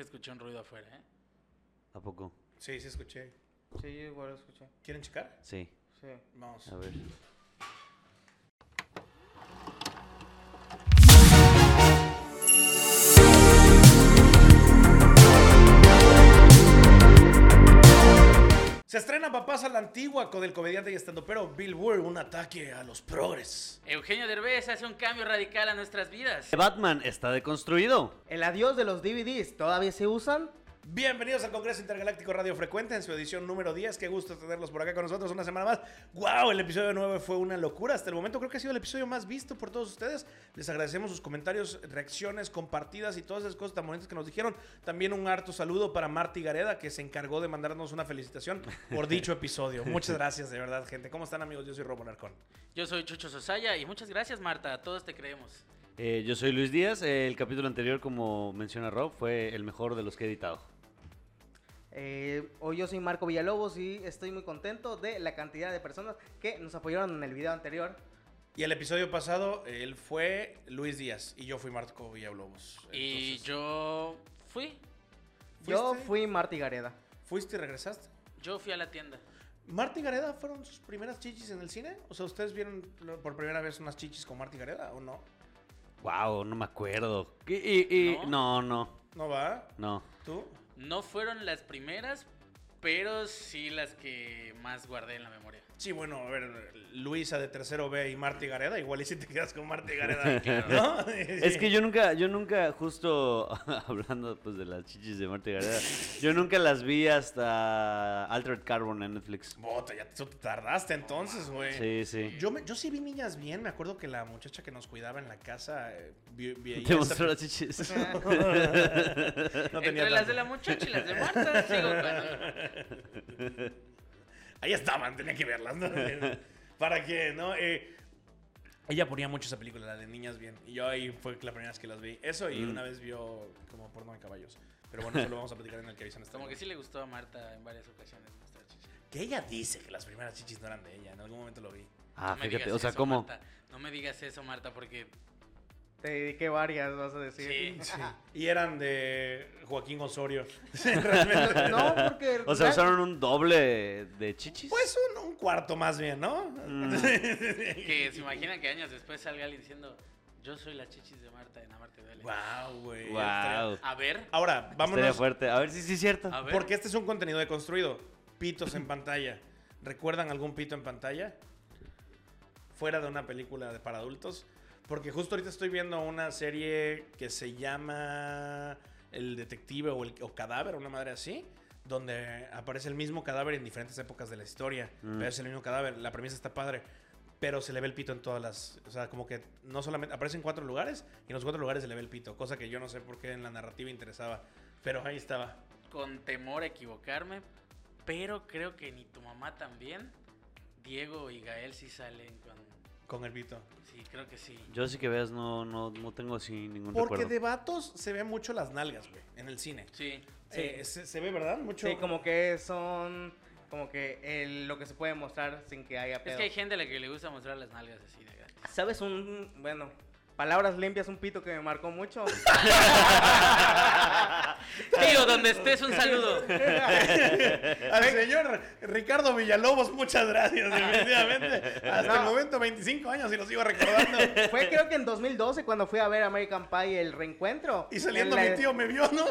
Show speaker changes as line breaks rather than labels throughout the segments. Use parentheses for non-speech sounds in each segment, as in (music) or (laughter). escuché un ruido afuera, ¿eh?
¿A poco?
Sí, sí escuché.
Sí, igual lo escuché.
¿Quieren checar?
Sí.
Sí.
Vamos.
A ver.
Se estrena Papás a la Antigua con el comediante y estandopero Bill Burr, un ataque a los progres.
Eugenio Derbez hace un cambio radical a nuestras vidas.
Batman está deconstruido.
El adiós de los DVDs, ¿todavía se usan?
Bienvenidos al Congreso Intergaláctico Radio Frecuente en su edición número 10. Qué gusto tenerlos por acá con nosotros una semana más. ¡Wow! El episodio 9 fue una locura. Hasta el momento creo que ha sido el episodio más visto por todos ustedes. Les agradecemos sus comentarios, reacciones, compartidas y todas esas cosas tan bonitas que nos dijeron. También un harto saludo para Marty Gareda que se encargó de mandarnos una felicitación por dicho episodio. Muchas gracias, de verdad, gente. ¿Cómo están, amigos? Yo soy Robo Narcón.
Yo soy Chucho Sosaya y muchas gracias, Marta. A todos te creemos.
Eh, yo soy Luis Díaz. Eh, El capítulo anterior, como menciona Rob, fue el mejor de los que he editado.
Eh, hoy yo soy Marco Villalobos y estoy muy contento de la cantidad de personas que nos apoyaron en el video anterior.
Y el episodio pasado, él fue Luis Díaz y yo fui Marco Villalobos.
Y
Entonces,
yo fui.
Yo
¿Fuiste?
fui Marty (laughs) Gareda.
¿Fuiste y regresaste?
Yo fui a la tienda.
¿Marty Gareda fueron sus primeras chichis en el cine? O sea, ¿ustedes vieron lo- por primera vez unas chichis con Marty Gareda o no?
Wow, no me acuerdo. Y- y- y- ¿No? no, no,
¿No va? ¿Tú?
No fueron las primeras, pero sí las que más guardé en la memoria.
Sí, bueno, a ver, Luisa de tercero B y Marty Gareda, igual y si te quedas con Marty
(laughs)
Gareda, ¿no?
Es que yo nunca, yo nunca, justo (laughs) hablando pues de las chichis de Marta Gareda, yo nunca las vi hasta Altered Carbon en Netflix.
Bota, ya tú te tardaste entonces, güey.
Sí, sí.
Yo, me- yo sí vi niñas bien, me acuerdo que la muchacha que nos cuidaba en la casa eh,
(laughs)
vi- vi-
Te
esa-
mostró las
(laughs)
chichis.
No
Entre
tenía
las
tanto.
de la muchacha y las de Marta, sigo con-
Ahí estaban, tenía que verlas, ¿no? ¿Para qué, no? Eh, ella ponía mucho esa película, la de Niñas Bien. Y yo ahí fue la primera vez que las vi. Eso y
Mm.
una vez vio como porno de caballos. Pero bueno, eso lo vamos a platicar en el que avisan esta
Como que sí le gustó a Marta en varias ocasiones. nuestra chicha.
Que ella dice que las primeras chichis no eran de ella. En algún momento lo vi.
Ah,
No me
fíjate,
digas
o sea,
eso,
¿cómo?
Marta. No me digas eso, Marta, porque
Te dediqué varias, vas a decir.
Sí.
Y eran de Joaquín Osorio. (laughs)
No,
(laughs)
porque.
O sea,
la-
usaron un doble de chichis.
Pues un, un cuarto más bien, ¿no? (laughs)
que se imaginan que años después salga alguien diciendo, yo soy las chichis de Marta en Amarte Duele.
Wow, güey.
Wow.
A ver,
Ahora,
Estaría
vámonos.
fuerte. A ver si sí es cierto.
a ver.
Porque este es un contenido deconstruido. Pitos en (clears throat) pantalla. ¿Recuerdan algún pito en pantalla? Fuera de una película de para adultos. Porque justo ahorita estoy viendo una serie que se llama El Detective o, el, o Cadáver, una madre así. Donde aparece el mismo cadáver en diferentes épocas de la historia.
Mm.
Pero es el mismo cadáver. La premisa está padre. Pero se le ve el pito en todas las. O sea, como que no solamente. Aparece en cuatro lugares y en los cuatro lugares se le ve el pito. Cosa que yo no sé por qué en la narrativa interesaba. Pero ahí estaba.
Con temor a equivocarme, pero creo que ni tu mamá también. Diego y Gael sí salen con...
Con el pito.
Sí, creo que sí.
Yo sí que veas, no, no, no tengo así ningún
Porque
recuerdo.
de vatos se ve mucho las nalgas, güey, en el cine.
Sí.
Eh, se, se ve, ¿verdad? Mucho. (laughs)
Sí, como que son. Como que el- lo que se puede mostrar sin que haya pedo.
Es que hay gente a la que le gusta mostrar las nalgas así de gratis.
¿Sabes un. Bueno, palabras limpias, un pito que me
(laughs)
marcó mucho?
Tío, donde estés, un saludo.
Al señor Ricardo Villalobos, muchas gracias, definitivamente. Hasta el
No.
momento, 25 años y lo sigo recordando.
Fue creo que en 2012 cuando fui a ver American Pie el reencuentro.
Y saliendo
En la-
mi tío me vio, ¿no?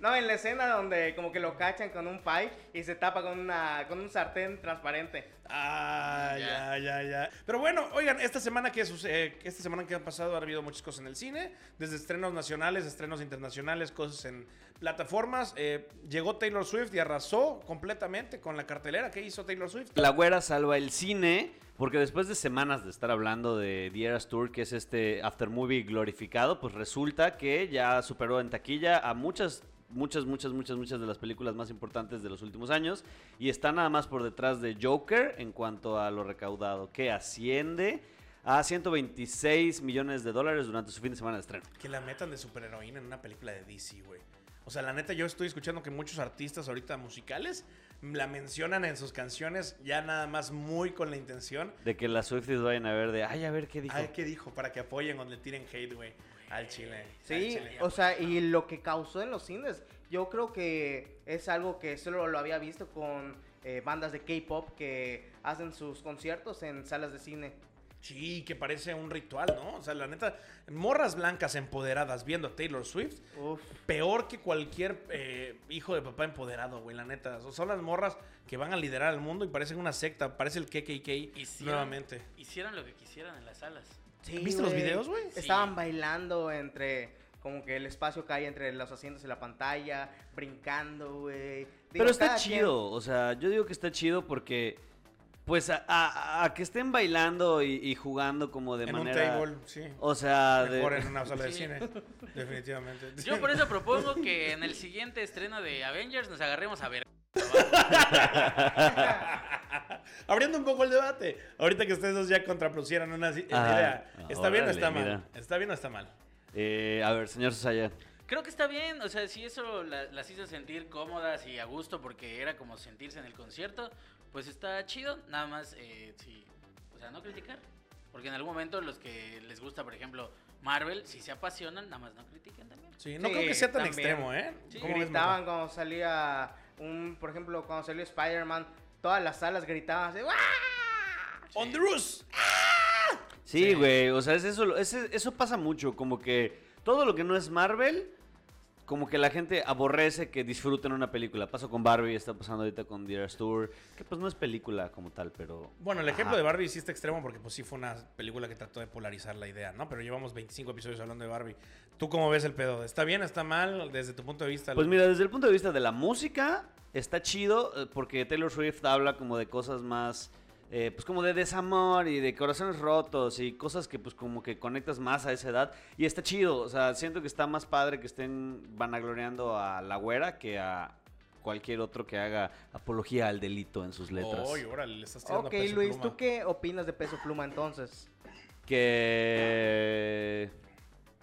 No, en la escena donde como que lo cachan con un pie y se tapa con una con un sartén transparente.
Ah, ya, ya, ya. Pero bueno, oigan, esta semana que sucede, esta semana que ha pasado ha habido muchas cosas en el cine, desde estrenos nacionales, estrenos internacionales, cosas en plataformas. Eh, llegó Taylor Swift y arrasó completamente con la cartelera que hizo Taylor Swift.
La güera salva el cine, porque después de semanas de estar hablando de The Eras Tour, que es este after movie glorificado, pues resulta que ya superó en taquilla a muchas, muchas, muchas, muchas, muchas de las películas más importantes de los últimos años. Y está nada más por detrás de Joker en cuanto a lo recaudado, que asciende a 126 millones de dólares durante su fin de semana de estreno.
Que la metan de superheroína en una película de DC, güey. O sea, la neta, yo estoy escuchando que muchos artistas ahorita musicales la mencionan en sus canciones ya nada más muy con la intención.
De que las Swifties vayan a ver de, ay, a ver qué dijo.
Ay, ¿qué dijo? Para que apoyen o le tiren hate, güey. Al chile. al
Sí,
chile.
o sea, y lo que causó en los cines, yo creo que es algo que solo lo había visto con eh, bandas de K-pop que hacen sus conciertos en salas de cine.
Sí, que parece un ritual, ¿no? O sea, la neta, morras blancas empoderadas viendo a Taylor Swift,
Uf.
peor que cualquier eh, hijo de papá empoderado, güey, la neta. O sea, Son las morras que van a liderar al mundo y parecen una secta, parece el KKK
Hicieron-
nuevamente.
Hicieron lo que quisieran en las salas.
Sí,
¿Viste los videos, güey?
Sí.
Estaban bailando entre, como que el espacio que hay entre los asientos y la pantalla, brincando, güey. Digo,
Pero está
cada quien-
chido, o sea, yo digo que está chido porque, pues, a, a- a que estén bailando y, y jugando como de
en
manera...
un table, sí.
O sea, de...
Mejor en una sala de
Sí.
cine, (laughs) definitivamente.
Yo por eso propongo que en el siguiente estreno de Avengers nos agarremos a ver.
Abriendo un poco el debate. Ahorita que ustedes dos ya contrapusieron una si-
Ah,
idea. ¿Está bien
órale,
o está mal?
mira.
¿Está bien o está mal?
Eh, a ver, señor Susaya.
Creo que está bien, o sea, si eso la- las hizo sentir cómodas y a gusto porque era como sentirse en el concierto, pues está chido, nada más, eh, sí, o sea, no criticar. Porque en algún momento los que les gusta, por ejemplo, Marvel, si se apasionan, nada más no critiquen también.
Sí, no
Sí,
creo que sea tan
también.
extremo, ¿eh?
Sí,
ves,
gritaban cuando salía un, por ejemplo, cuando salió Spider-Man, todas las salas gritaban así, ¡guau!
Marco? On the roof.
Sí, güey, o sea, es eso, lo- es- eso pasa mucho, como que todo lo que no es Marvel, como que la gente aborrece que disfruten una película. Pasó con Barbie, está pasando ahorita con Dear Tour, que pues no es película como tal, pero...
Bueno, el ejemplo
Ajá.
de Barbie sí está extremo porque pues sí fue una película que trató de polarizar la idea, ¿no? Pero llevamos 25 episodios hablando de Barbie. ¿Tú cómo ves el pedo? ¿Está bien? ¿Está mal? Desde tu punto de vista.
Pues mira, desde el punto de vista de la música, está chido eh, porque Taylor Swift habla como de cosas más, eh, pues como de desamor y de corazones rotos y cosas que pues como que conectas más a esa edad. Y está chido, o sea, siento que está más padre que estén vanagloriando a la güera que a cualquier otro que haga apología al delito en sus letras.
Oy, órale, le estás tirando
Ok,
a peso
Luis,
pluma.
¿tú qué opinas de Peso Pluma entonces?
Que...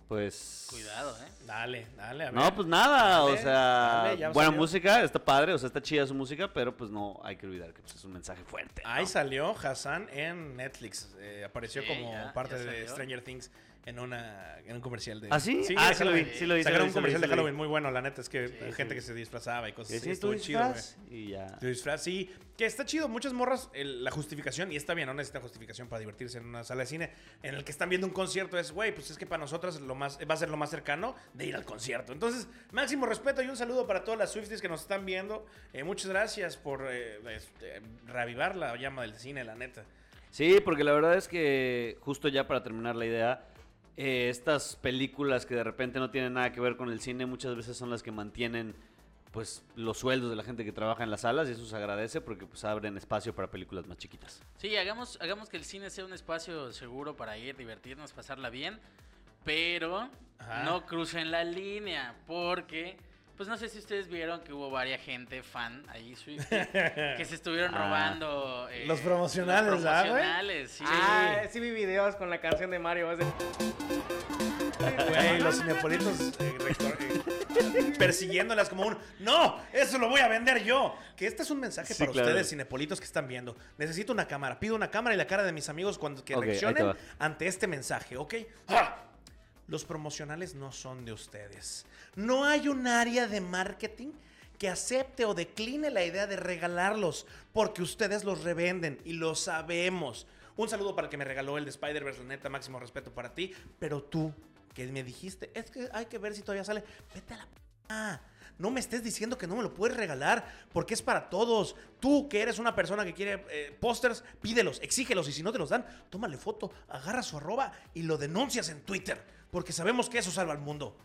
Pues...
Cuidado, ¿eh?
Dale, dale, a ver.
No, pues nada, o
Dale,
sea,
dale, ya
buena
salió.
música, está padre, o sea, está chida su música, pero pues no hay que olvidar que pues, es un mensaje fuerte. ¿no?
Ahí salió Hassan en Netflix. Eh, apareció
Sí,
como
ya,
parte
ya
de
salió.
Stranger Things en, una, en un comercial de.
¿Ah, sí?
Sí,
ah,
de
sí lo vi,
Halloween.
sí lo vi. sí lo
Sacaron
vi,
un
sí lo vi,
comercial
sí lo
de
vi.
Halloween muy bueno, la neta, es que
Sí,
hay
sí
gente
vi.
que se disfrazaba y cosas
Y
así.
así
Estuvo
tu
chido, güey.
disfraz, Y ya.
Tu disfraz, sí, que está chido. Muchas morras, el- la justificación, y está bien, no necesita justificación para divertirse en una sala de cine, en el que están viendo un concierto es, güey, pues es que para nosotras lo más, va a ser lo más cercano de ir al concierto. Entonces, máximo respeto y un saludo para todas las Swifties que nos están viendo. Eh, muchas gracias por eh, este, reavivar la llama del cine, la neta.
Sí, porque la verdad es que, justo ya para terminar la idea, eh, estas películas que de repente no tienen nada que ver con el cine muchas veces son las que mantienen pues los sueldos de la gente que trabaja en las salas y eso se agradece porque pues abren espacio para películas más chiquitas.
Sí, hagamos, hagamos que el cine sea un espacio seguro para ir, divertirnos, pasarla bien, pero
Ajá.
no crucen la línea, porque, pues no sé si ustedes vieron que hubo varias gente fan ahí, Swift, que se estuvieron
(laughs)
Ah.
robando eh,
Los promocionales,
los
¿verdad, güey?
promocionales, sí.
Ah, sí vi videos con la canción de Mario. así.
Güey, los cinepolitos eh, rector- eh, persiguiéndolas como un ¡No! ¡Eso lo voy a vender yo! Que este es un mensaje
Sí,
para
claro.
ustedes, cinepolitos que están viendo. Necesito una cámara. Pido una cámara y la cara de mis amigos cuando que
Ok, ahí te
reaccionen
va.
ante este mensaje, ¿ok? ¡Ah! Los promocionales no son de ustedes. No hay un área de marketing que acepte o decline la idea de regalarlos, porque ustedes los revenden y lo sabemos. Un saludo para el que me regaló el de Spider-Verse, la neta, máximo respeto para ti, pero tú que me dijiste, es que hay que ver si todavía sale, vete a la... p- Ah, no me estés diciendo que no me lo puedes regalar, porque es para todos. Tú que eres una persona que quiere eh, pósters, pídelos, exígelos, y si no te los dan, tómale foto, agarra su arroba y lo denuncias en Twitter, porque sabemos que eso salva al mundo.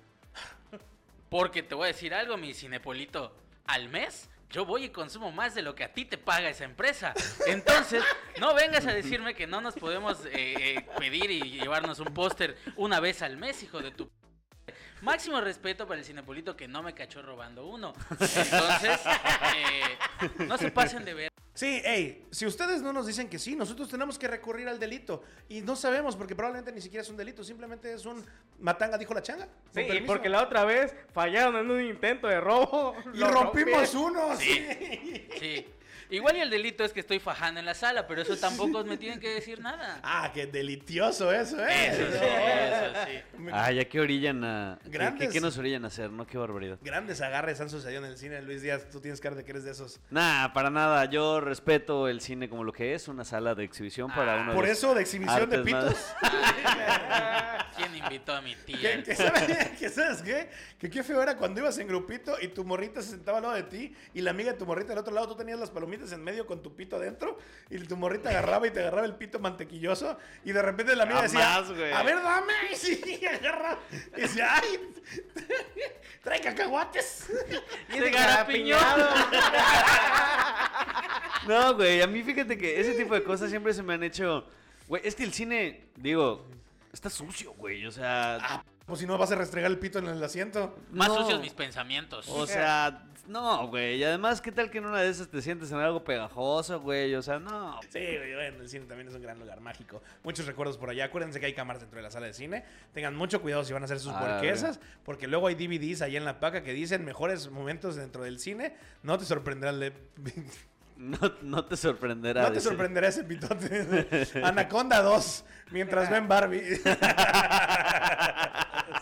Porque te voy a decir algo, mi cinepolito. Al mes yo voy y consumo más de lo que a ti te paga esa empresa. Entonces, no vengas a decirme que no nos podemos eh, eh, pedir y llevarnos un póster una vez al mes, hijo de tu... p- Máximo respeto para el cinepolito que no me cachó robando uno. Entonces, eh, no se pasen de ver.
Sí, hey, si ustedes no nos dicen que sí, nosotros tenemos que recurrir al delito. Y no sabemos, porque probablemente ni siquiera es un delito, simplemente es un matanga, dijo la changa. con
Sí, y
permiso.
porque la otra vez fallaron en un intento de robo.
Y
(laughs) Lo
rompimos
rompieron.
uno, sí.
Sí, Igual y el delito es que estoy fajando en la sala, pero eso tampoco me tienen que decir nada.
Ah, qué delicioso eso, ¿eh?
Eso sí, eso sí.
Ah, ya que orillan a. ¿qué- ¿qué,
Grandes.
qué nos orillan a hacer? No, qué barbaridad.
Grandes agarres han sucedido en el cine, Luis Díaz. Tú tienes cara de que eres de esos.
Nah, para nada. Yo respeto el cine como lo que es, una sala de exhibición para uno de
Ah, Por
los
eso, de exhibición de
artes más-
pitos.
¿Quién invitó a mi
¿Qué,
tía?
qué (laughs) sabes, qué sabes qué? Que qué feo era cuando ibas en grupito y tu morrita se sentaba al lado de ti y la amiga de tu morrita al otro lado, tú tenías las palomitas en medio con tu pito adentro y tu morrita agarraba y te agarraba el pito mantequilloso y de repente la amiga
Jamás,
decía,
Ah, güey.
a ver, dame, (laughs) y sí, y agarra, y decía, ay, (laughs) trae cacahuates. (laughs)
Bien garapiñado.
(laughs) No, güey, a mí fíjate que ese tipo de cosas siempre se me han hecho. Güey, es que el cine, digo, está sucio, güey. O sea.
Pues si no vas a restregar el pito en el asiento.
Más
no.
sucios mis pensamientos.
O sea, no, güey. Y además, ¿qué tal que en una de esas te sientes en algo pegajoso, güey? O sea, no.
Sí, güey, bueno, el cine también es un gran lugar mágico. Muchos recuerdos por allá. Acuérdense que hay cámaras dentro de la sala de cine. Tengan mucho cuidado si van a hacer sus
Ah,
porquesas, porque luego hay DVDs ahí en la paca que dicen mejores momentos dentro del cine. No te sorprenderá el de- (laughs)
No, no te sorprenderá.
No te
dice.
sorprenderá ese pitote. Anaconda 2, mientras ven Barbie.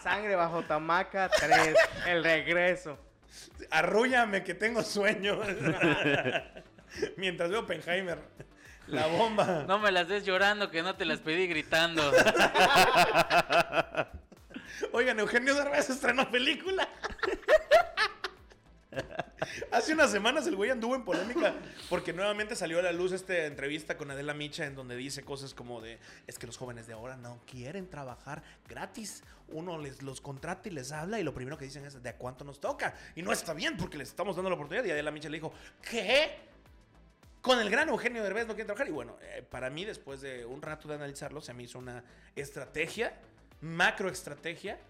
Sangre bajo tamaca 3. El regreso.
Arrúllame que tengo sueño. (laughs) mientras veo Oppenheimer. La bomba.
No me las des llorando que no te las pedí gritando.
Oigan, Eugenio Derbez estrenó película. Hace unas semanas el güey anduvo en polémica porque nuevamente salió a la luz esta entrevista con Adela Micha en donde dice cosas como de es que los jóvenes de ahora no quieren trabajar gratis. Uno les los contrata y les habla y lo primero que dicen es de a cuánto nos toca. Y no está bien porque les estamos dando la oportunidad. Y Adela Micha le dijo, ¿qué? con el gran Eugenio Derbez no quiere trabajar. Y bueno, eh, para mí, después de un rato de analizarlo, se me hizo una estrategia, macroestrategia,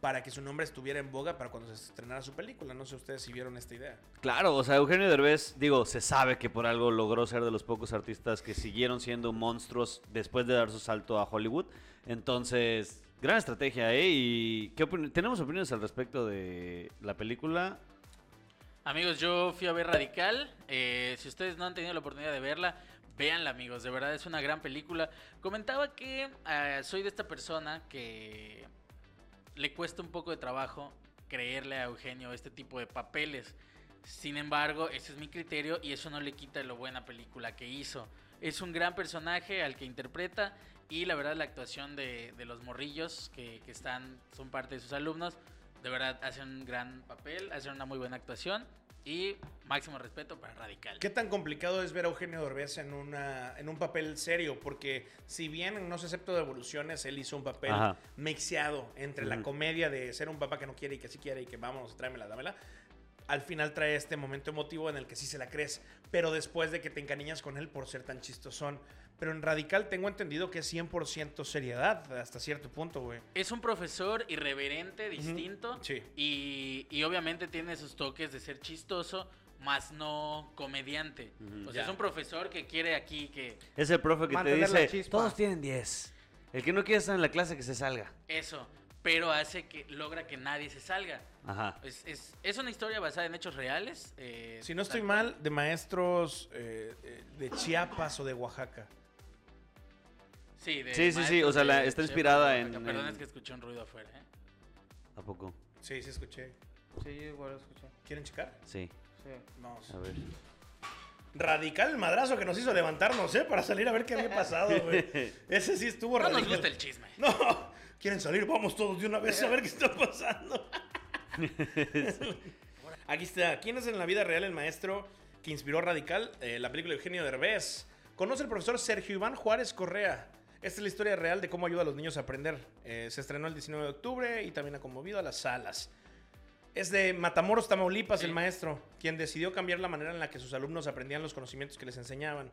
para que su nombre estuviera en boga para cuando se estrenara su película. No sé ustedes si vieron esta idea.
Claro, o sea, Eugenio Derbez, digo, se sabe que por algo logró ser de los pocos artistas que siguieron siendo monstruos después de dar su salto a Hollywood. Entonces, gran estrategia, ¿eh? ¿Y qué opin- tenemos opiniones al respecto de la película?
(laughs) Amigos, yo fui a ver Radical. Eh, si ustedes no han tenido la oportunidad de verla, véanla, amigos. De verdad es una gran película. Comentaba que eh, soy de esta persona que le cuesta un poco de trabajo creerle a Eugenio este tipo de papeles. Sin embargo, ese es mi criterio y eso no le quita lo buena película que hizo. Es un gran personaje al que interpreta y la verdad la actuación de, de los morrillos que, que están, son parte de sus alumnos, de verdad hacen un gran papel, hacen una muy buena actuación y máximo respeto para Radical.
¿Qué tan complicado es ver a Eugenio Derbez en, una, en un papel serio? Porque si bien en No se acepto de evoluciones, él hizo un papel
Ajá.
mixeado entre la
Ujú.
comedia de ser un papá que no quiere y que sí quiere y que vámonos, tráemela, dámela. Al final trae este momento emotivo en el que sí se la crees, pero después de que te encariñas con él por ser tan chistosón. Pero en Radical tengo entendido que es 100% seriedad hasta cierto punto, güey.
Es un profesor irreverente, distinto.
Sí.
Y, y obviamente tiene sus toques de ser chistoso, más no comediante. O sea,
Ya.
es un profesor que quiere aquí que
Es el profe que
Mantener la
te dice,
chispa.
todos tienen 10. El que no quiere estar en la clase, que se salga.
eso, pero hace que logra que nadie se salga.
Ajá.
Es, es- es una historia basada en hechos reales. eh,
Si no estoy
tal-
mal, de maestros eh, eh, de Chiapas o de Oaxaca.
Sí, de
Sí, sí, sí,
maestros
o sea, la-
de
está
Chiapas,
inspirada
Oaxaca.
en-
Perdón,
en-
es que escuché un ruido afuera. ¿eh?
¿A poco?
Sí, sí escuché.
Sí, igual lo escuché.
¿Quieren checar?
Sí.
Sí.
No. sí.
A ver.
Radical el madrazo que nos hizo levantarnos, ¿eh? Para salir a ver qué había pasado, güey. Ese sí estuvo
No
radical.
nos gusta el chisme.
(laughs) No, quieren salir, vamos todos de una vez a ver qué está pasando. (laughs) Aquí está. ¿Quién es en la vida real el maestro que inspiró Radical? Eh, la película de Eugenio Derbez. Conoce el profesor Sergio Iván Juárez Correa. Esta es la historia real de cómo ayuda a los niños a aprender. Eh, se estrenó el 19 de octubre y también ha conmovido a las salas. Es de Matamoros, Tamaulipas,
Sí.
el maestro, quien decidió cambiar la manera en la que sus alumnos aprendían los conocimientos que les enseñaban.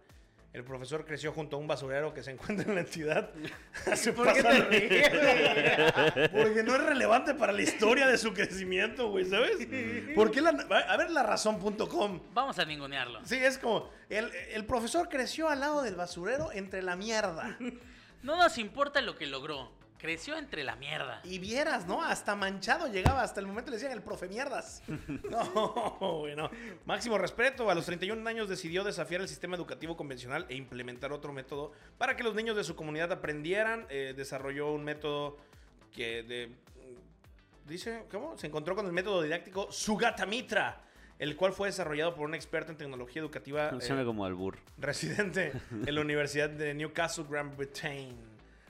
El profesor creció junto a un basurero que se encuentra en la
(laughs)
entidad. Se
¿Por qué te
pasan-
ríes, güey?
porque no es relevante para la historia de su crecimiento, güey, ¿sabes? ¿Por qué la, a ver la razón.com.
Vamos a ningunearlo.
Sí, es como, el, el profesor creció al lado del basurero entre la mierda.
No nos importa lo que logró. creció entre la mierda.
Y vieras, ¿no? Hasta manchado llegaba, hasta el momento le decían el profe mierdas. No, bueno. Máximo respeto, a los 31 años decidió desafiar el sistema educativo convencional e implementar otro método para que los niños de su comunidad aprendieran. Eh, desarrolló un método que de, mm, dice, ¿cómo? Se encontró con el método didáctico Sugata Mitra, el cual fue desarrollado por un experto en tecnología educativa.
Ah,
eh,
Suena como albur.
residente en la Universidad de Newcastle, Gran Bretaña.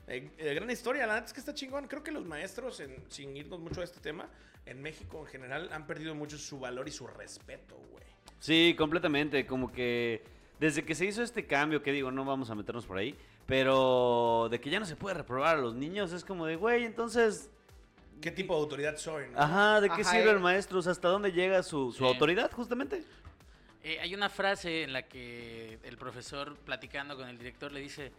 Eh, eh, gran historia, la neta es que está chingón. Creo que los maestros, en- sin irnos mucho a este tema, en México en general han perdido mucho su valor y su respeto, güey.
Sí, completamente. Como que desde que se hizo este cambio, que digo, no vamos a meternos por ahí, pero de que ya no se puede reprobar a los niños, es como de, güey, entonces,
¿Qué tipo de autoridad soy? no?
ajá, ¿de qué
Ajá,
sirve
eh.
el maestro? O sea, ¿Hasta dónde llega su, su
Sí.
autoridad, justamente?
Eh, hay una frase en la que el profesor platicando con el director le dice,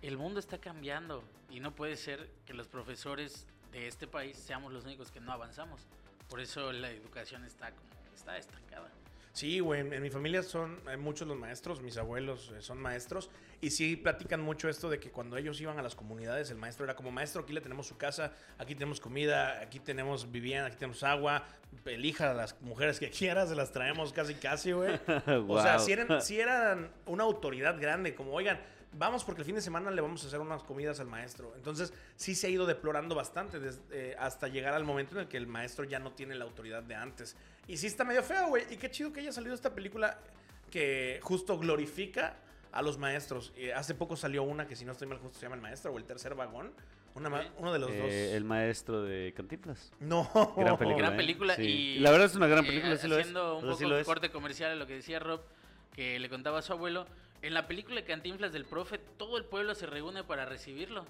el mundo está cambiando y no puede ser que los profesores de este país seamos los únicos que no avanzamos. Por eso la educación está como que está estancada.
Sí, güey, en, en mi familia son hay muchos los maestros, mis abuelos eh, son maestros, y sí platican mucho esto de que cuando ellos iban a las comunidades, el maestro era como maestro, aquí le tenemos su casa, aquí tenemos comida, aquí tenemos vivienda, aquí tenemos agua, elija a las mujeres que (laughs) quieras, se las traemos casi casi, güey.
(laughs)
O sea,
Guau.
si eran,
(laughs)
sí eran una autoridad grande, como, oigan, vamos porque el fin de semana le vamos a hacer unas comidas al maestro. Entonces, sí se ha ido deplorando bastante des- eh, hasta llegar al momento en el que el maestro ya no tiene la autoridad de antes. Y sí está medio feo, güey. Y qué chido que haya salido esta película que justo glorifica a los maestros. Eh, hace poco salió una que, si no estoy mal, justo se llama El Maestro o El Tercer Vagón. Una ma-
Ok.
uno de los
Eh,
dos. Oh,
el maestro de Cantinflas.
(laughs) No.
Gran película.
Gran
¿eh?
película
Sí.
y...
La verdad es una gran
eh,
película, sí lo es.
haciendo un
O sea, sí
poco
lo
de
es.
corte comercial a lo que decía Rob, que le contaba a su abuelo, en la película de Cantinflas del Profe, todo el pueblo se reúne para recibirlo.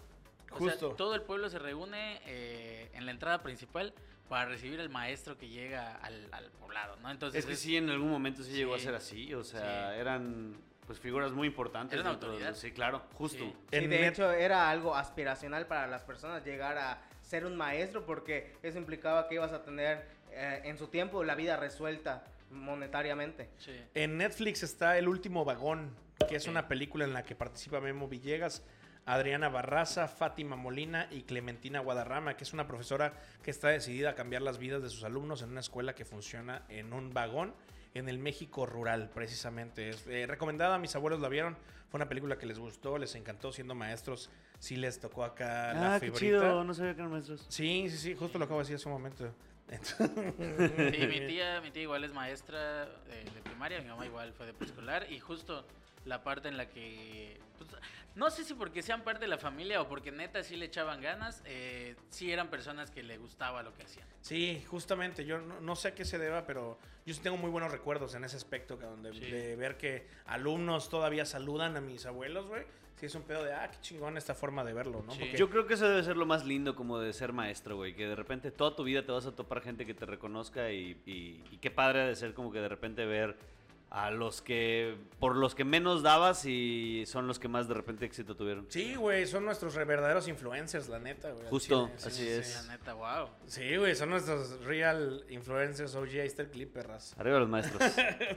O sea,
Justo.
todo el pueblo se reúne eh, en la entrada principal para recibir al maestro que llega al, al poblado, ¿no? Entonces
Es que
pues, es-
sí, en algún momento sí, llegó a
Sí.
ser así. O sea,
Sí.
eran pues figuras muy importantes.
Era una
dentro de-
autoridad.
Sí, claro, justo.
Sí.
Sí,
En
de
Net-
hecho era algo aspiracional para las personas llegar a ser un maestro porque eso implicaba que ibas a tener eh, en su tiempo la vida resuelta monetariamente.
(laughs)
sí.
En Netflix está El último vagón, que es
Ok.
una película en la que participa Memo Villegas, Adriana Barraza, Fátima Molina y Clementina Guadarrama, que es una profesora que está decidida a cambiar las vidas de sus alumnos en una escuela que funciona en un vagón en el México rural, precisamente. Es, eh, recomendada, mis abuelos la vieron. Fue una película que les gustó, les encantó siendo maestros. Sí les tocó acá la
Ah, qué
fibrita.
chido, no sabía que eran maestros.
Sí, sí, sí, justo lo acabo de decir hace un momento.
Sí, mi tía, mi tía igual es maestra eh, de primaria, mi mamá igual fue de preescolar y justo la parte en la que pues, no sé si porque sean parte de la familia o porque neta sí le echaban ganas, eh, sí eran personas que le gustaba lo que hacían.
Sí, justamente, yo no, no sé a qué se deba, pero yo sí tengo muy buenos recuerdos en ese aspecto, cabrón, de,
Sí.
de ver que alumnos todavía saludan a mis abuelos, güey. Sí, es un pedo de, ah, qué chingón esta forma de verlo, ¿no?
Sí.
Porque
Yo creo que eso debe ser lo más lindo como de ser maestro, güey. Que de repente toda tu vida te vas a topar gente que te reconozca y, y- y qué padre ha de ser como que de repente ver a los que, por los que menos dabas y son los que más de repente éxito tuvieron.
Sí, güey, son nuestros re- verdaderos influencers, la neta, güey. al
Justo,
chile, sí,
así
sí,
es.
sí.
La neta, wow.
Sí, güey, son nuestros real influencers, OG, ahí está el clip, perras.
Arriba los maestros.
(laughs)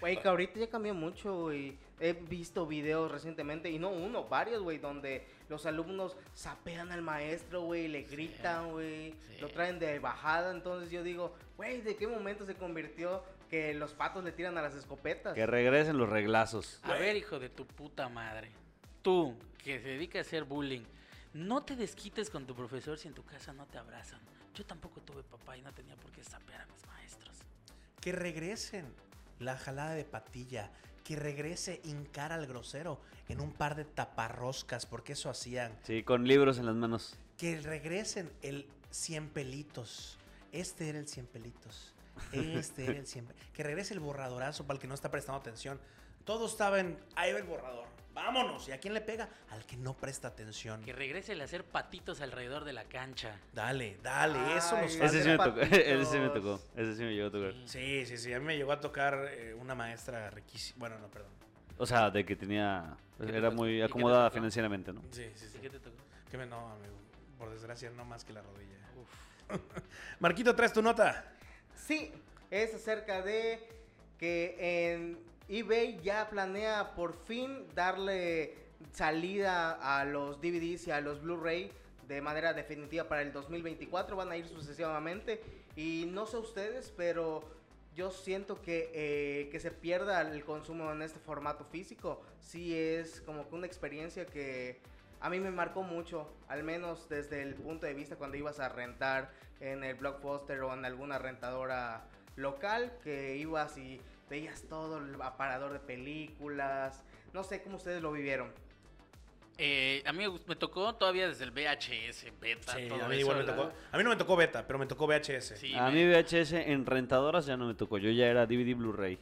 Güey, que ahorita ya cambió mucho, güey. He visto videos recientemente, y no uno, varios, güey, donde los alumnos sapean al maestro, güey, le gritan, güey,
sí.
lo traen de bajada. Entonces yo digo, güey, ¿de qué momento se convirtió que los patos le tiran a las escopetas?
que regresen los reglazos.
A ver, hijo de tu puta madre. Tú, que se dedica a hacer bullying, no te desquites con tu profesor si en tu casa no te abrazan. Yo tampoco tuve papá y no tenía por qué sapear a mis maestros.
Que regresen la jalada de patilla. Que regrese hincar al grosero en un par de taparroscas, porque eso hacían.
Sí, con libros en las manos.
Que regresen el cien pelitos. Este era el cien pelitos. Este era el cien pe- Que regrese el borradorazo para el que no está prestando atención. Todo estaba en. Ahí va el borrador. Vámonos. ¿Y a quién le pega? Al que no presta atención.
Que regrese el hacer patitos alrededor de la cancha.
Dale, dale. eso nos
Ay,
falta.
Ese sí me tocó. (laughs)
patitos.
Ese sí me tocó. Ese sí me llegó a tocar.
Sí, sí, sí. A mí me llegó a tocar eh, una maestra riquísima. Bueno, no, perdón.
O sea, de que tenía.
¿Y qué
Era
te- y
muy
qué te
acomodada
tocó?
financieramente, ¿no?
Sí, sí,
¿Y
sí.
qué te tocó?
Que me- no, amigo. Por desgracia, no más que la rodilla.
Uf.
(laughs) Marquito, traes tu nota.
Sí, es acerca de que en eBay ya planea por fin darle salida a los DVDs y a los Blu-ray de manera definitiva para el 2024. Van a ir sucesivamente. Y no sé ustedes, pero yo siento que, eh, que se pierda el consumo en este formato físico. Sí es como que una experiencia que a mí me marcó mucho, al menos desde el punto de vista cuando ibas a rentar en el Blockbuster o en alguna rentadora local, que ibas y veías todo el aparador de películas. No sé cómo ustedes lo vivieron.
Eh, a mí me gust- me tocó todavía desde el VHS, beta,
Sí,
todo
a mí
eso,
igual me
la-
tocó. A mí no me tocó beta, pero me tocó VHS.
Sí,
A
me-
mí VHS en rentadoras ya no me tocó, yo ya era DVD Blu-ray.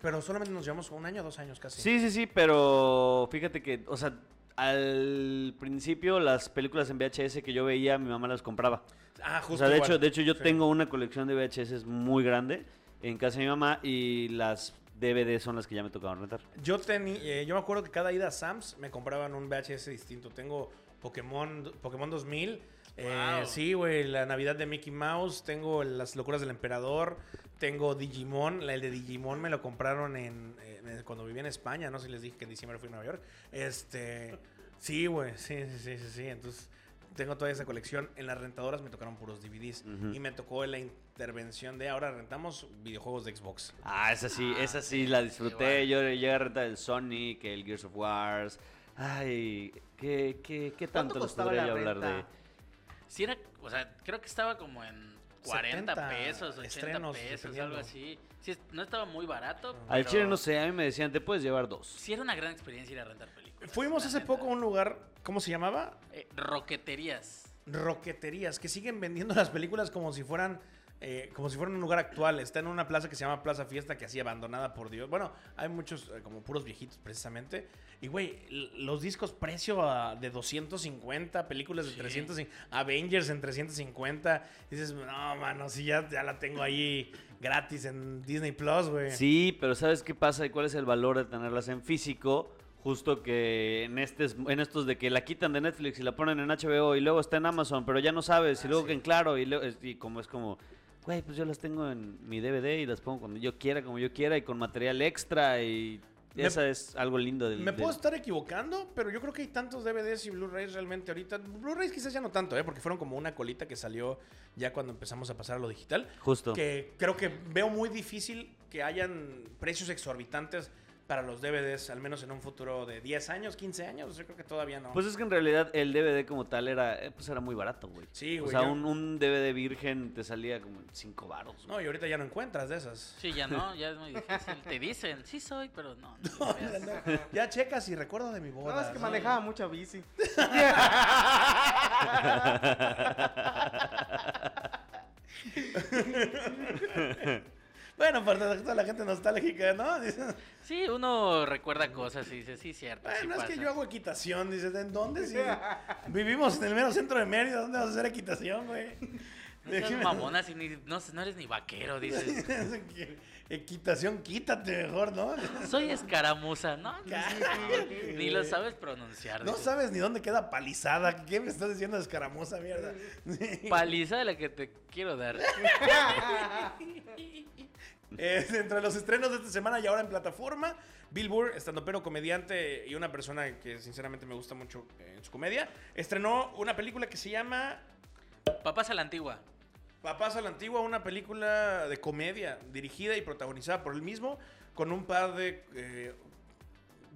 Pero solamente nos llevamos un año, dos años casi.
Sí, sí, sí, pero fíjate que, o sea, al principio las películas en VHS que yo veía, mi mamá las compraba.
Ah, justo.
o sea, de
igual.
hecho, de hecho yo
Sí.
tengo una colección de VHS muy grande en casa de mi mamá y las DVD son las que ya me tocaban rentar.
Yo, teni- eh, yo me acuerdo que cada ida a Sam's me compraban un VHS distinto. Tengo Pokémon, Pokémon 2000. eh,
Wow.
sí, güey, la Navidad de Mickey Mouse. Tengo las locuras del emperador. Tengo Digimon. La- El de Digimon me lo compraron en, en- cuando vivía en España. No sé si les dije que en diciembre fui a Nueva York. Este, sí, güey, sí, sí, sí, sí, sí. Entonces tengo toda esa colección. En las rentadoras me tocaron puros DVDs.
Ujú.
Y me tocó la intervención de ahora rentamos videojuegos de Xbox.
Ah, esa sí,
Ah,
esa sí la disfruté.
igual.
Yo llegué a rentar el Sonic, el Gears of Wars. Ay, qué, qué, qué
¿Cuánto
tanto les
costaba
podría
la
yo hablar de...
renta?
sí era, o sea, creo que estaba como en 40
70
pesos, 80
estrenos,
pesos,
dependiendo.
algo así. Sí, es- no estaba muy barato.
Al
pero
chile no sé, a mí me decían, te puedes llevar dos.
Sí era una gran experiencia ir a rentar películas.
Fuimos
la
hace
neta.
poco a un lugar, ¿cómo se llamaba?
Eh, roqueterías.
roqueterías que siguen vendiendo (laughs) las películas como si fueran eh, como si fueran un lugar actual. Está en una plaza que se llama Plaza Fiesta, que así abandonada por Dios. Bueno, hay muchos eh, como puros viejitos precisamente. Y güey, l- los discos precio a- de 250, películas de
Sí.
300, y- Avengers en 350. Y dices, no, mano, si ya, ya la tengo ahí gratis en Disney Plus, güey.
Sí, pero ¿sabes qué pasa y cuál es el valor de tenerlas en físico? Justo que en, estes- en estos de que la quitan de Netflix y la ponen en HBO y luego está en Amazon, pero ya no sabes, y
Ah,
luego que en Claro, y, luego- es- y como es como, güey, pues yo las tengo en mi DVD y las pongo cuando yo quiera, como yo quiera, y con material extra, y
Me-
esa es algo lindo del...
Me puedo
del-
estar equivocando, pero yo creo que hay tantos DVDs y Blu-rays realmente ahorita. Blu-rays quizás ya no tanto, ¿eh? porque fueron como una colita que salió ya cuando empezamos a pasar a lo digital.
Justo.
Que creo que veo muy difícil que hayan precios exorbitantes para los DVDs, al menos en un futuro de 10 años, 15 años. Yo creo que todavía no.
Pues es que en realidad el DVD como tal era, eh, pues era muy barato, güey.
Sí,
O
güey,
sea,
yo-
un, un DVD virgen te salía como 5 varos.
no, y ahorita ya no encuentras de esas.
Sí, ya no, ya es muy difícil. Te dicen, sí soy, pero no. no, no veas.
Ya checas y recuerdo de mi boda.
No, es que
¿no?
manejaba mucha bici.
(laughs)
Bueno, para toda la gente nostálgica, ¿no? Dices,
Sí, uno recuerda cosas y dice, sí, cierto. sí
Bueno, es que
pasa".
yo hago equitación, dices, ¿en
(laughs)
dónde? Si vivimos en el mero centro de Mérida, ¿dónde vas a hacer equitación, güey?
No seas mamona, si ni- no, no eres ni vaquero, dices.
(laughs) equitación, quítate mejor, ¿no?
Soy escaramuza, ¿no?
Cállate.
Ni lo sabes pronunciar.
No
dices.
sabes ni dónde queda palizada. ¿Qué me estás diciendo, escaramuza, mierda?
Paliza de la que te quiero dar.
Eh, entre los estrenos de esta semana y ahora en plataforma, Bill Burr, estandopero, comediante y una persona que sinceramente me gusta mucho eh, en su comedia, estrenó una película que se llama
Papás a la antigua.
Papás a la Antigua, una película de comedia dirigida y protagonizada por él mismo, con un par de eh,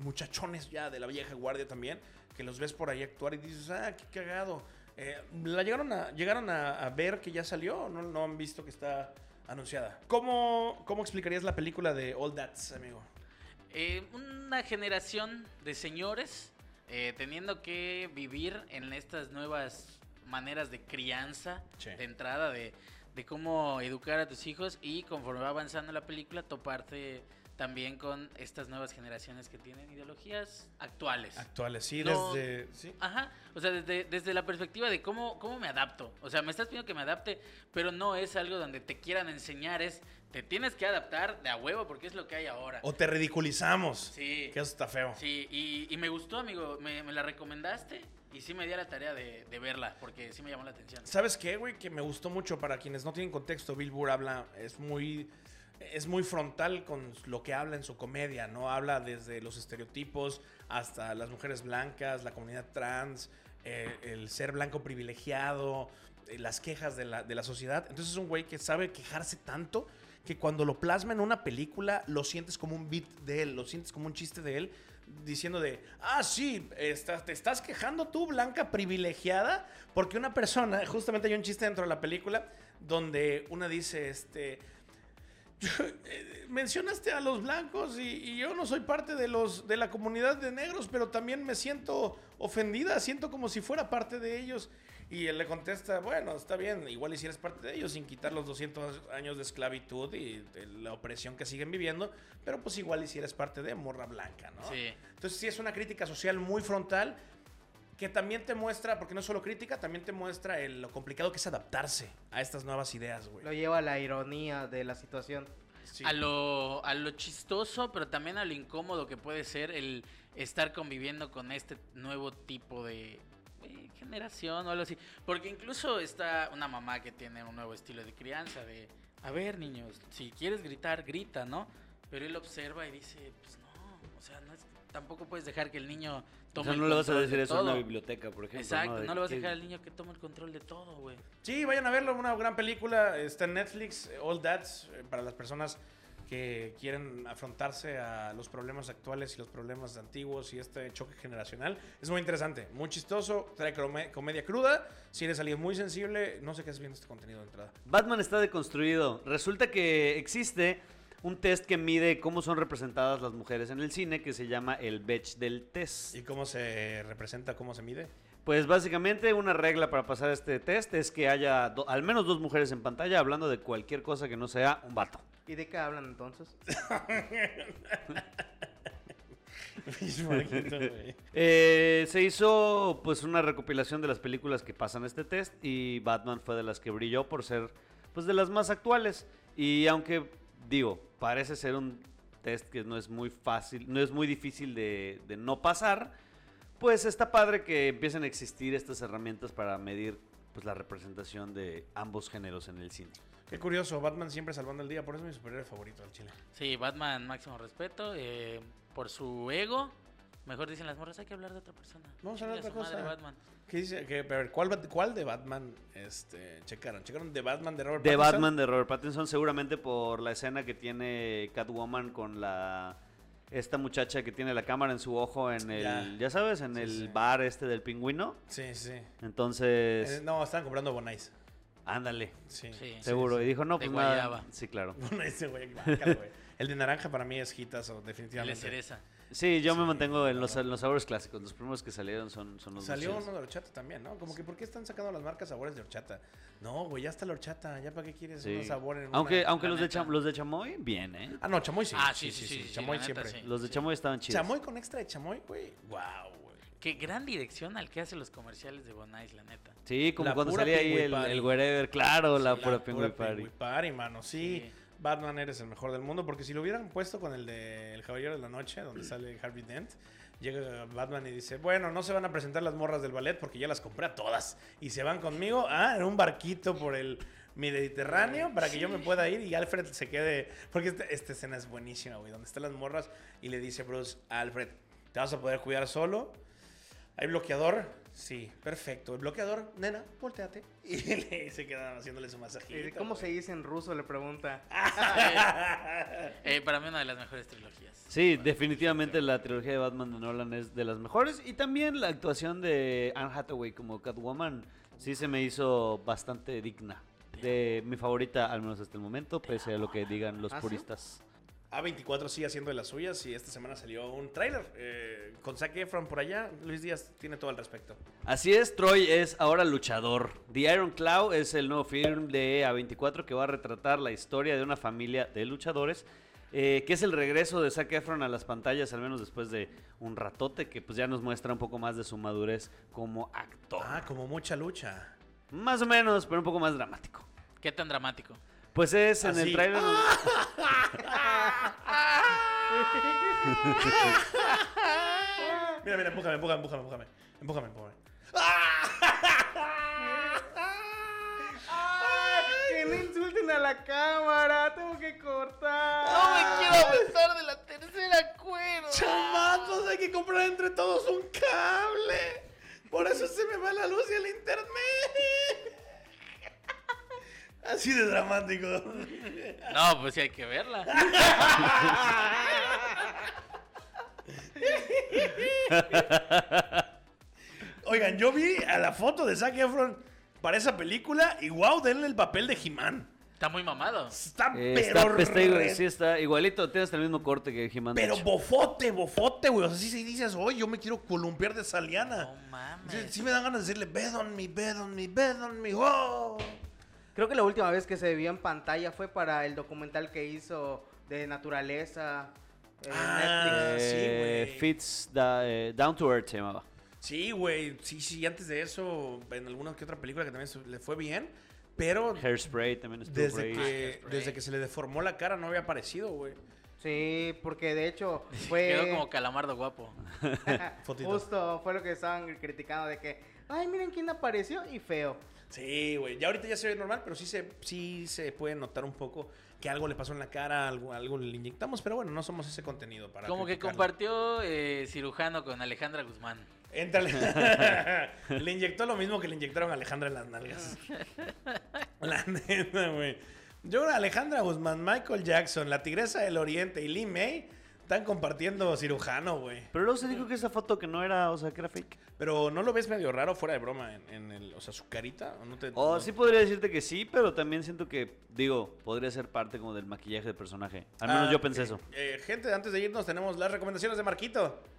muchachones ya de la vieja guardia también, que los ves por ahí actuar y dices, ah, qué cagado. Eh, ¿La llegaron a, llegaron a, a ver que ya salió o no, no han visto que está anunciada? ¿Cómo, ¿Cómo explicarías la película de All That's, amigo?
Eh, una generación de señores eh, teniendo que vivir en estas nuevas maneras de crianza,
Sí.
de entrada, de, de cómo educar a tus hijos y conforme va avanzando la película, toparte también con estas nuevas generaciones que tienen ideologías actuales.
Actuales, sí,
No.
desde... ¿sí?
Ajá, o sea, desde, desde la perspectiva de cómo, cómo me adapto. O sea, me estás pidiendo que me adapte, pero no es algo donde te quieran enseñar, es te tienes que adaptar de a huevo porque es lo que hay ahora.
O te ridiculizamos.
Sí.
Que eso está feo.
Sí, y, y me gustó, amigo. Me, me la recomendaste y sí me di a la tarea de, de verla porque sí me llamó la atención.
¿Sabes qué, güey? Que me gustó mucho para quienes no tienen contexto. Bill Burr habla, es muy, es muy frontal con lo que habla en su comedia, ¿no? Habla desde los estereotipos hasta las mujeres blancas, la comunidad trans, eh, el ser blanco privilegiado, eh, las quejas de la, de la sociedad. Entonces es un güey que sabe quejarse tanto que cuando lo plasma en una película lo sientes como un beat de él, lo sientes como un chiste de él, diciendo de, ah, sí, estás- te estás quejando tú, blanca privilegiada, porque una persona, justamente hay un chiste dentro de la película donde una dice, este, yo, eh, mencionaste a los blancos y, y yo no soy parte de, los, de la comunidad de negros, pero también me siento ofendida, siento como si fuera parte de ellos. Y él le contesta, bueno, está bien, igual y si eres parte de ellos, sin quitar los 200 años de esclavitud y de la opresión que siguen viviendo, pero pues igual y si eres parte de morra blanca, ¿no?
Sí.
Entonces sí es una crítica social muy frontal que también te muestra, porque no es solo crítica, también te muestra el- lo complicado que es adaptarse a estas nuevas ideas, güey.
Lo lleva a la ironía de la situación.
Sí.
A, lo, a lo chistoso, pero también a lo incómodo que puede ser el estar conviviendo con este nuevo tipo de eh, generación o algo así. Porque incluso está una mamá que tiene un nuevo estilo de crianza de, a ver niños, si quieres gritar, grita, ¿no? Pero él observa y dice, pues no, o sea, no es- tampoco puedes dejar que el niño
O
tome
sea,
el
no le vas a
control de
decir eso a una
todo".
biblioteca, por ejemplo.
Exacto,
De
no le vas a
que-
dejar al niño que tome el control de todo, güey.
Sí, vayan a verlo, una gran película. Está en Netflix, eh, All That's, eh, para las personas que quieren afrontarse a los problemas actuales y los problemas antiguos y este choque generacional. Es muy interesante, muy chistoso, trae come- comedia cruda. Si eres alguien muy sensible, no sé qué es bien este contenido de entrada.
Batman está deconstruido. Resulta que existe un test que mide cómo son representadas las mujeres en el cine que se llama el Betch del Test.
¿Y cómo se representa, cómo se mide? (laughs)
Pues básicamente una regla para pasar este test es que haya do- al menos dos mujeres en pantalla hablando de cualquier cosa que no sea un vato.
¿Y de qué hablan entonces?
Eh, se hizo pues una recopilación de las películas que pasan este test y Batman fue de las que brilló por ser pues de las más actuales y aunque digo parece ser un test que no es muy fácil no es muy difícil de, de no pasar pues está padre que empiecen a existir estas herramientas para medir pues la representación de ambos géneros en el cine
Qué curioso, Batman siempre salvando el día, por eso es mi superhéroe favorito al chile.
Sí, Batman, máximo respeto. eh, por su ego, mejor dicen las morras, hay que hablar de otra persona.
Vamos a hablar de
Chingue
otra
su madre,
cosa.
Batman.
¿Qué dice? ¿Qué- pero ¿cuál, Bat- ¿Cuál de Batman este, checaron? ¿Checaron de Batman de Robert
de
Pattinson?
Batman de Robert Pattinson seguramente por la escena que tiene Catwoman con la esta muchacha que tiene la cámara en su ojo en el
Ya.
ya, sabes en
Sí,
el
sí.
bar este del pingüino
Sí, sí. Eh,
entonces
no, estaban comprando Bonais.
ándale
Sí.
Sí.
seguro y dijo no
De
pues nada
guayaba.
sí claro
(laughs) Bonais, güey, guácala, güey. El de naranja para mí es o
Y le
definitivamente.
cereza.
sí yo me
Sí,
mantengo en
claro.
los, en los sabores clásicos los primeros que salieron son son los
Salió
dulces.
uno de horchata también, ¿no? Como que ¿por qué están sacando las marcas sabores de horchata? No, güey, ya está la horchata. ¿Ya para qué quieres
Sí.
un sabor en una-
aunque aunque
la
los de
neta.
cham- los de chamoy bien eh
Ah, no, chamoy sí.
Ah, sí, sí, sí, sí,
chamoy
la neta,
siempre.
sí.
los de chamoy estaban chidos
Chamoy con extra de chamoy, güey. Wow, güey.
Qué gran dirección al que hace los comerciales de Bonais, la
(laughs)
neta.
sí como
La
cuando
pura
salía ahí
Pingüi
el,
Party.
el wherever claro la,
La
pura pingüi party
Pingüi Party, mano. Sí,
Sí.
Batman eres el mejor del mundo. Porque si lo hubieran puesto con el de El Caballero de la Noche, donde sale Harvey Dent, llega Batman y dice: Bueno, no se van a presentar las morras del ballet porque ya las compré a todas. Y se van conmigo ah, en un barquito por el Mediterráneo para que yo me pueda ir y Alfred se quede. Porque esta, esta escena es buenísima, güey. Donde están las morras y le dice Bruce: a Alfred, ¿te vas a poder cuidar solo? ¿Hay bloqueador? Sí, perfecto. ¿El bloqueador? Nena, volteate. (laughs) Y le- se quedan haciéndole su masajito.
¿Y ¿Cómo se
güey.
dice en ruso? Le pregunta.
Eh, para mí una de las mejores trilogías.
Sí, definitivamente la trilogía de Batman de Nolan es de las mejores. Y también la actuación de Anne Hathaway como Catwoman sí se me hizo bastante digna. De mi favorita, al menos hasta el momento, pese a lo que digan los
¿Ah, sí?
puristas.
A24 sigue haciendo de las suyas y esta semana salió un tráiler eh, con Zac Efron por allá. Luis Díaz tiene todo al respecto.
Así es, Troy es ahora luchador. The Iron Claw es el nuevo film de A24 que va a retratar la historia de una familia de luchadores. eh, que es el regreso de Zac Efron a las pantallas, al menos después de un ratote, que pues ya nos muestra un poco más de su madurez como actor.
Ah, como mucha lucha.
Más o menos, pero un poco más dramático.
Qué tan dramático.
Pues es en
Así.
el trailer.
Mira, mira, empújame, empújame, empújame, empújame. Empújame, empújame.
¡Ay, ¡Que no insulten a la cámara! ¡Tengo que cortar!
besar de la tercera cuerda!
¡Chamatos! Hay que comprar entre todos un cable. Por eso se me Así de dramático.
No, pues sí hay que verla.
Oigan, yo vi a la foto de Zac Efron para esa película y wow, denle el papel de He-Man.
Está muy mamado.
Está
Eh,
Ah, pero
está, está igual-
re-
sí, está igualito, tienes el mismo corte que He-Man. de
Pero
hecho.
bofote, bofote, güey. O sea, si sí, dices, hoy yo me quiero columpiar de
No
Saliana. Sí,
mames.
sí me dan ganas de decirle, bed on me, bed on me, bed on me, wow.
Creo que la última vez que se vio en pantalla fue para el documental que hizo de naturaleza. en
Ah.
Netflix.
sí,
Eh,
güey.
Fits da- eh, Down to Earth se llamaba.
Sí, güey. Sí, sí, antes de eso, en alguna que otra película que también su- le fue bien.
(laughs)
Pero
Hairspray también estuvo por
desde
ahí.
que,
Ah,
desde que se le deformó la cara no había aparecido, güey.
Sí, porque
(laughs)
de hecho
Quedó
fue
como calamardo guapo.
(laughs)
Fotito.
justo fue lo que estaban criticando de que, ay, miren quién apareció y feo.
Sí, güey. Ya ahorita ya se ve normal, pero sí se, sí se puede notar un poco que algo le pasó en la cara, algo, algo le inyectamos. Pero bueno, no somos ese contenido para.
Como que
criticarlo.
compartió eh, cirujano con Alejandra Guzmán.
(laughs)
Éntrale. le inyectó lo mismo que le inyectaron a Alejandra en las nalgas. la neta, güey. Yo creo que Alejandra Guzmán, Michael Jackson, la Tigresa del Oriente y Lee May están compartiendo cirujano, güey.
Pero luego se dijo que esa foto que no era, o sea, que era fake.
Pero no lo ves medio raro fuera de broma en, en el, o sea, su carita, ¿o no te?
O
no-
Oh, sí pues, podría decirte que sí, pero también siento que, digo, podría ser parte como del maquillaje del personaje. Al menos
Ah,
yo pensé
eh,
eso.
eh, gente, antes de irnos tenemos las recomendaciones de Marquito.
(laughs)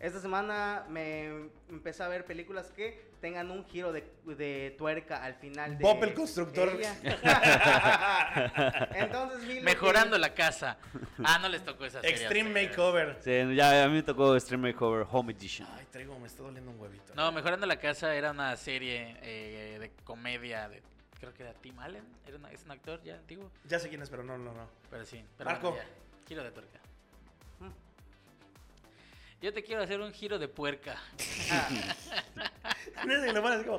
Esta semana me empecé a ver películas que tengan un giro de, de tuerca al final. De
Bob el constructor. (laughs) Ah,
ella. Entonces vi lo que-
Mejorando la casa. Ah, no les tocó esa serie. a
Extreme
ustedes.
Makeover.
Sí, ya a mí me tocó Stream Makeover Home Edition.
Ay, traigo, me está doliendo un huevito.
No, Mejorando la casa era una serie eh, de comedia de... Creo que era Tim Allen. Era una- es un actor ya antiguo.
Ya sé quién es, pero no, no, (laughs) no.
Pero sí. Pero
Marco.
bueno, ya. Giro de tuerca. Yo te quiero hacer un giro de puerca.
Ah.
No es que lo ponen así
(laughs)
como.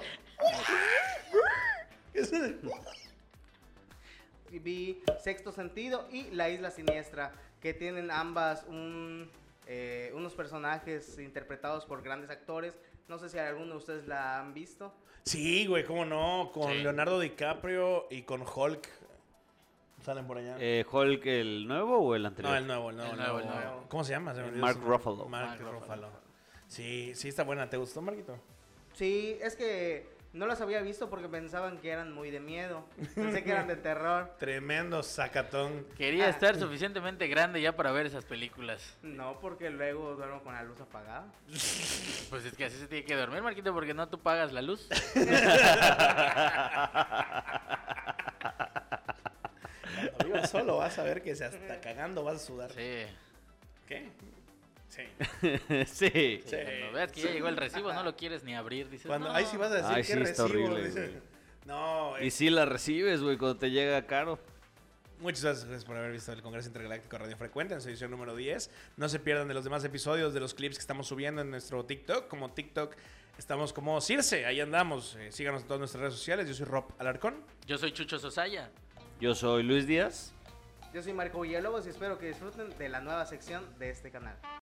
(laughs) Eso de-
vi Sexto Sentido y La Isla Siniestra, que tienen ambas un, eh, unos personajes interpretados por grandes actores. No sé si alguno de ustedes la han visto.
Sí, güey, cómo no. Con
Sí.
Leonardo DiCaprio y con Hulk. Salen por allá.
Eh, ¿Hulk el nuevo o el anterior?
no, el nuevo, el nuevo,
El
el nuevo.
nuevo, el nuevo.
¿Cómo se llama? Se me
Eh,
olvidó
Mark
su nombre.
Ruffalo.
Mark,
Mark
Ruffalo.
Ruffalo.
Sí, sí, está buena. ¿Te gustó, Marquito?
Sí, es que no las había visto porque pensaban que eran muy de miedo. Pensé que eran de terror.
Tremendo sacatón.
Quería
Ah.
estar suficientemente grande ya para ver esas películas.
No, porque luego duermo con la luz apagada.
Pues es que así se tiene que dormir, Marquito, porque no tú pagas la
(laughs)
luz.
Cuando vivas solo vas a ver que se hasta cagando vas a sudar.
Sí.
¿Qué? Sí.
(laughs) sí.
Sí.
Cuando veas que ya llegó el recibo, no lo quieres ni abrir, dices.
Cuando,
no.
ahí sí vas a decir
Ay,
que
sí,
recibo.
está horrible,
dice.
güey.
No, eh,
Y sí la recibes, güey, cuando te llega caro.
muchas gracias por haber visto el Congreso Intergaláctico Radio Frecuente en su edición número 10. No se pierdan de los demás episodios de los clips que estamos subiendo en nuestro TikTok. Como TikTok estamos como Circe, ahí andamos. Eh, síganos en todas nuestras redes sociales. Yo soy Rob Alarcón.
Yo soy Chucho Sosaya.
Yo soy Luis Díaz.
Yo soy Marco Villalobos y espero que disfruten de la nueva sección de este canal.